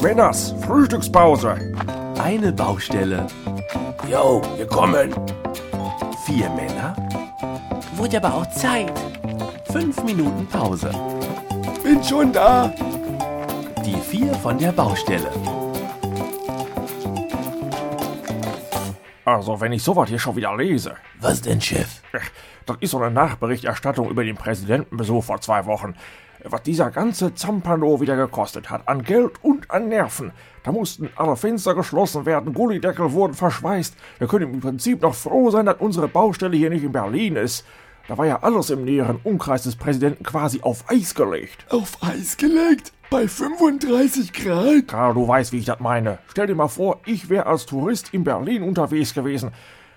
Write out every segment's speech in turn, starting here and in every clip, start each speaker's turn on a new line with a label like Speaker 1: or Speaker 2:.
Speaker 1: Männers, Frühstückspause.
Speaker 2: Eine Baustelle.
Speaker 1: Yo, wir kommen.
Speaker 2: Vier Männer. Wurde aber auch Zeit. Fünf Minuten Pause.
Speaker 1: Bin schon da.
Speaker 2: Die vier von der Baustelle.
Speaker 1: Also, wenn ich sowas hier schon wieder lese.
Speaker 2: Was denn, Chef?
Speaker 1: Äh, Das ist so eine Nachberichterstattung über den Präsidentenbesuch vor zwei Wochen. Äh, Was dieser ganze Zampano wieder gekostet hat. An Geld und an Nerven. Da mussten alle Fenster geschlossen werden, Gullideckel wurden verschweißt. Wir können im Prinzip noch froh sein, dass unsere Baustelle hier nicht in Berlin ist. Da war ja alles im näheren Umkreis des Präsidenten quasi auf Eis gelegt.
Speaker 3: Auf Eis gelegt? Bei 35 Grad?
Speaker 1: Karl, du weißt, wie ich das meine. Stell dir mal vor, ich wäre als Tourist in Berlin unterwegs gewesen.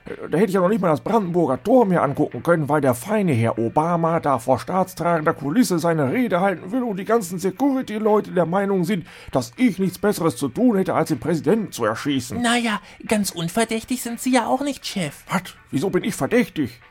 Speaker 1: Äh, Da hätte ich ja noch nicht mal das Brandenburger Tor mir angucken können, weil der feine Herr Obama da vor staatstragender Kulisse seine Rede halten will und die ganzen Security-Leute der Meinung sind, dass ich nichts Besseres zu tun hätte, als den Präsidenten zu erschießen.
Speaker 4: Naja, ganz unverdächtig sind Sie ja auch nicht, Chef.
Speaker 1: Was? Wieso bin ich verdächtig?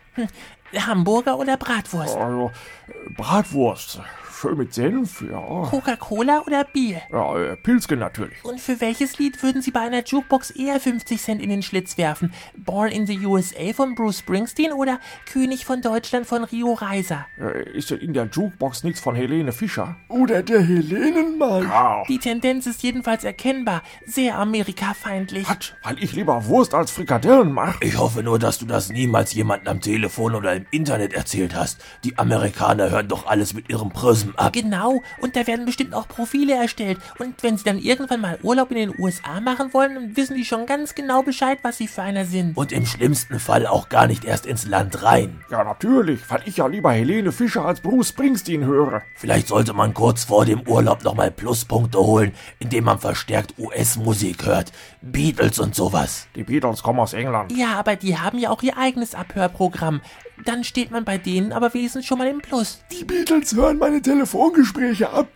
Speaker 4: Hamburger oder Bratwurst?
Speaker 1: Also, äh, Bratwurst. Schön mit Senf, ja.
Speaker 4: Coca-Cola oder Bier?
Speaker 1: Ja, äh, Pilzke natürlich.
Speaker 4: Und für welches Lied würden Sie bei einer Jukebox eher 50 Cent in den Schlitz werfen? Born in the USA von Bruce Springsteen oder König von Deutschland von Rio Reiser?
Speaker 1: Äh, Ist denn in der Jukebox nichts von Helene Fischer?
Speaker 3: Oder der Helenenmann?
Speaker 1: Ah,
Speaker 4: Die Tendenz ist jedenfalls erkennbar, sehr amerikafeindlich.
Speaker 1: Hat, weil ich lieber Wurst als Frikadellen mache.
Speaker 2: Ich hoffe nur, dass du das niemals jemandem am Telefon oder im Internet erzählt hast. Die Amerikaner hören doch alles mit ihrem Prism ab.
Speaker 4: Genau, und da werden bestimmt auch Profile erstellt. Und wenn Sie dann irgendwann mal Urlaub in den USA machen wollen, dann wissen die schon ganz genau Bescheid, was Sie für einer sind.
Speaker 2: Und im schlimmsten Fall auch gar nicht erst ins Land rein.
Speaker 1: Ja, natürlich, weil ich ja lieber Helene Fischer als Bruce Springsteen höre.
Speaker 2: Vielleicht sollte man kurz vor dem Urlaub nochmal Pluspunkte holen, indem man verstärkt US-Musik hört. Beatles und sowas.
Speaker 1: Die Beatles kommen aus England.
Speaker 4: Ja, aber die haben ja auch ihr eigenes Abhörprogramm. Dann steht man bei denen aber wenigstens schon mal im Plus.
Speaker 3: Die Beatles hören meine Telefongespräche ab.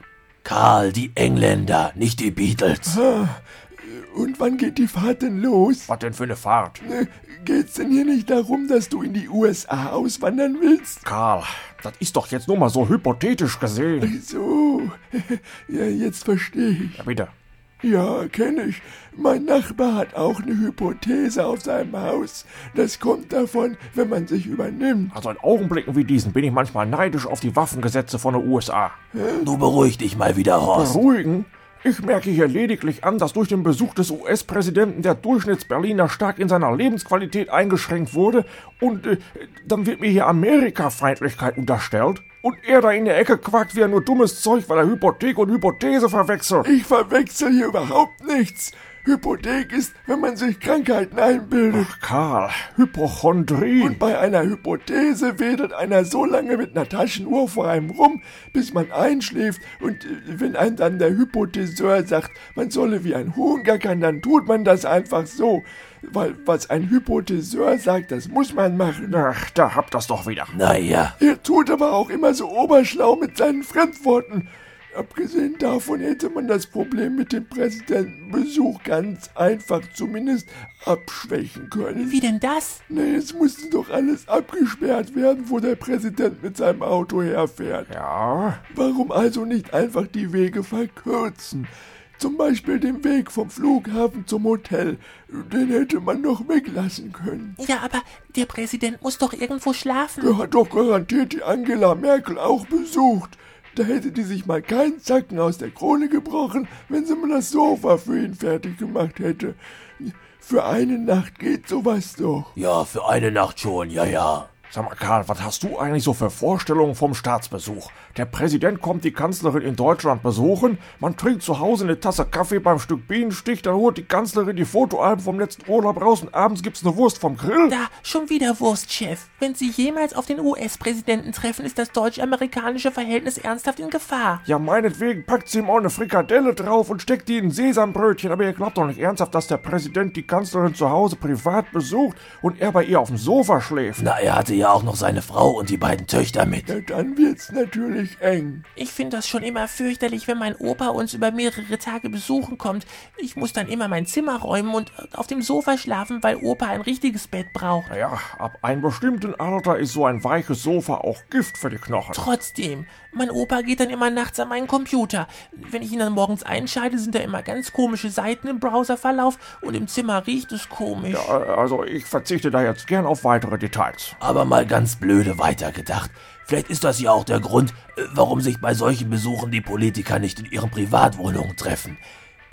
Speaker 2: Karl, die Engländer, nicht die Beatles.
Speaker 3: Und wann geht die Fahrt denn los?
Speaker 1: Was denn für eine Fahrt?
Speaker 3: Äh, Geht's denn hier nicht darum, dass du in die USA auswandern willst?
Speaker 1: Karl, das ist doch jetzt nur mal so hypothetisch gesehen.
Speaker 3: So, ja, jetzt verstehe ich.
Speaker 1: Ja, bitte.
Speaker 3: Ja, kenne ich. Mein Nachbar hat auch eine Hypothese auf seinem Haus. Das kommt davon, wenn man sich übernimmt.
Speaker 1: Also in Augenblicken wie diesen bin ich manchmal neidisch auf die Waffengesetze von den USA.
Speaker 2: Du beruhig dich mal wieder, Horst.
Speaker 1: Beruhigen? Ich merke hier lediglich an, dass durch den Besuch des US-Präsidenten der Durchschnittsberliner stark in seiner Lebensqualität eingeschränkt wurde und äh, dann wird mir hier Amerika-Feindlichkeit unterstellt und er da in der Ecke quackt wieder nur dummes Zeug, weil er Hypothek und Hypothese verwechselt.
Speaker 3: Ich verwechsel hier überhaupt nichts. Hypothek ist, wenn man sich Krankheiten einbildet.
Speaker 1: Ach, Karl, Hypochondrie.
Speaker 3: Und bei einer Hypothese wedelt einer so lange mit einer Taschenuhr vor einem rum, bis man einschläft. Und äh, wenn einem dann der Hypotheseur sagt, man solle wie ein Huhn gackern, dann tut man das einfach so. Weil was ein Hypotheseur sagt, das muss man machen.
Speaker 1: Ach, da habt das doch wieder.
Speaker 2: Naja,
Speaker 3: Er tut aber auch immer so oberschlau mit seinen Fremdworten. Abgesehen davon hätte man das Problem mit dem Präsidentenbesuch ganz einfach zumindest abschwächen können.
Speaker 4: Wie denn das?
Speaker 3: Nee, es musste doch alles abgesperrt werden, wo der Präsident mit seinem Auto herfährt.
Speaker 1: Ja,
Speaker 3: Warum also nicht einfach die Wege verkürzen? Zum Beispiel den Weg vom Flughafen zum Hotel. Den hätte man doch weglassen können.
Speaker 4: Ja, aber der Präsident muss doch irgendwo schlafen.
Speaker 3: Der hat doch garantiert die Angela Merkel auch besucht. Da hätte die sich mal keinen Zacken aus der Krone gebrochen, wenn sie mal das Sofa für ihn fertig gemacht hätte. Für eine Nacht geht sowas doch.
Speaker 2: ja, für eine Nacht schon, ja, ja.
Speaker 1: Sag mal, Karl, was hast du eigentlich so für Vorstellungen vom Staatsbesuch? Der Präsident kommt die Kanzlerin in Deutschland besuchen, man trinkt zu Hause eine Tasse Kaffee beim Stück Bienenstich, dann holt die Kanzlerin die Fotoalben vom letzten Urlaub raus und abends gibt's eine Wurst vom Grill.
Speaker 4: Da, schon wieder Wurst, Chef. Wenn Sie jemals auf den US-Präsidenten treffen, ist das deutsch-amerikanische Verhältnis ernsthaft in Gefahr.
Speaker 1: Ja, meinetwegen packt sie ihm auch eine Frikadelle drauf und steckt die in ein Sesambrötchen, aber ihr glaubt doch nicht ernsthaft, dass der Präsident die Kanzlerin zu Hause privat besucht und er bei ihr auf dem Sofa schläft.
Speaker 2: Na, er hatte ja auch noch seine Frau und die beiden Töchter mit.
Speaker 3: Ja, dann wird's natürlich eng.
Speaker 4: Ich finde das schon immer fürchterlich, wenn mein Opa uns über mehrere Tage besuchen kommt. Ich muss dann immer mein Zimmer räumen und auf dem Sofa schlafen, weil Opa ein richtiges Bett braucht.
Speaker 1: Naja, ab einem bestimmten Alter ist so ein weiches Sofa auch Gift für die Knochen.
Speaker 4: Trotzdem, mein Opa geht dann immer nachts an meinen Computer. Wenn ich ihn dann morgens einschalte, sind da immer ganz komische Seiten im Browserverlauf und im Zimmer riecht es komisch.
Speaker 1: Äh, Also ich verzichte da jetzt gern auf weitere Details.
Speaker 2: Aber mal ganz blöde weitergedacht. Vielleicht ist das ja auch der Grund, äh, warum sich bei solchen Besuchen die Politiker nicht in ihren Privatwohnungen treffen.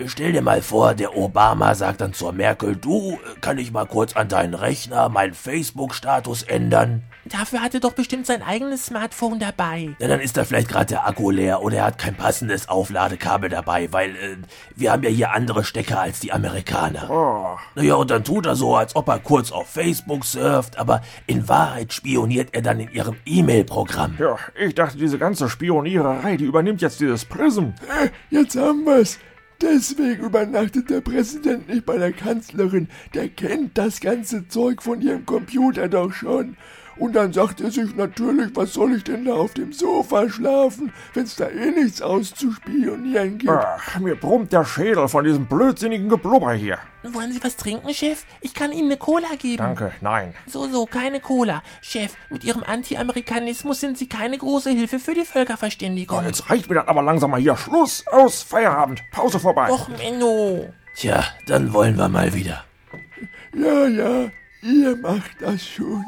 Speaker 2: Stell dir mal vor, der Obama sagt dann zur Merkel, du, äh, kann ich mal kurz an deinen Rechner meinen Facebook-Status ändern?
Speaker 4: Dafür hat er doch bestimmt sein eigenes Smartphone dabei.
Speaker 2: Na, dann ist da vielleicht gerade der Akku leer oder er hat kein passendes Aufladekabel dabei, weil äh, wir haben ja hier andere Stecker als die Amerikaner.
Speaker 1: Oh,
Speaker 2: Naja, und dann tut er so, als ob er kurz auf Facebook surft, aber in Wahrheit spioniert er dann in ihrem E-Mail-Programm.
Speaker 1: ja, ich dachte, diese ganze Spioniererei, die übernimmt jetzt dieses Prism.
Speaker 3: Äh, Jetzt haben wir's. Deswegen übernachtet der Präsident nicht bei der Kanzlerin. Der kennt das ganze Zeug von ihrem Computer doch schon. Und dann sagt er sich natürlich, was soll ich denn da auf dem Sofa schlafen, wenn's da eh nichts auszuspionieren gibt.
Speaker 1: Ach, Ah, mir brummt der Schädel von diesem blödsinnigen Geblubber hier.
Speaker 4: Wollen Sie was trinken, Chef? Ich kann Ihnen eine Cola geben.
Speaker 1: Danke, nein.
Speaker 4: So, so, keine Cola. Chef, mit Ihrem Anti-Amerikanismus sind Sie keine große Hilfe für die Völkerverständigung.
Speaker 1: Jetzt reicht mir das aber langsam mal hier. Schluss, aus, Feierabend, Pause vorbei.
Speaker 4: Och, Menno.
Speaker 2: Tja, dann wollen wir mal wieder.
Speaker 3: Ja, ja, ihr macht das schon.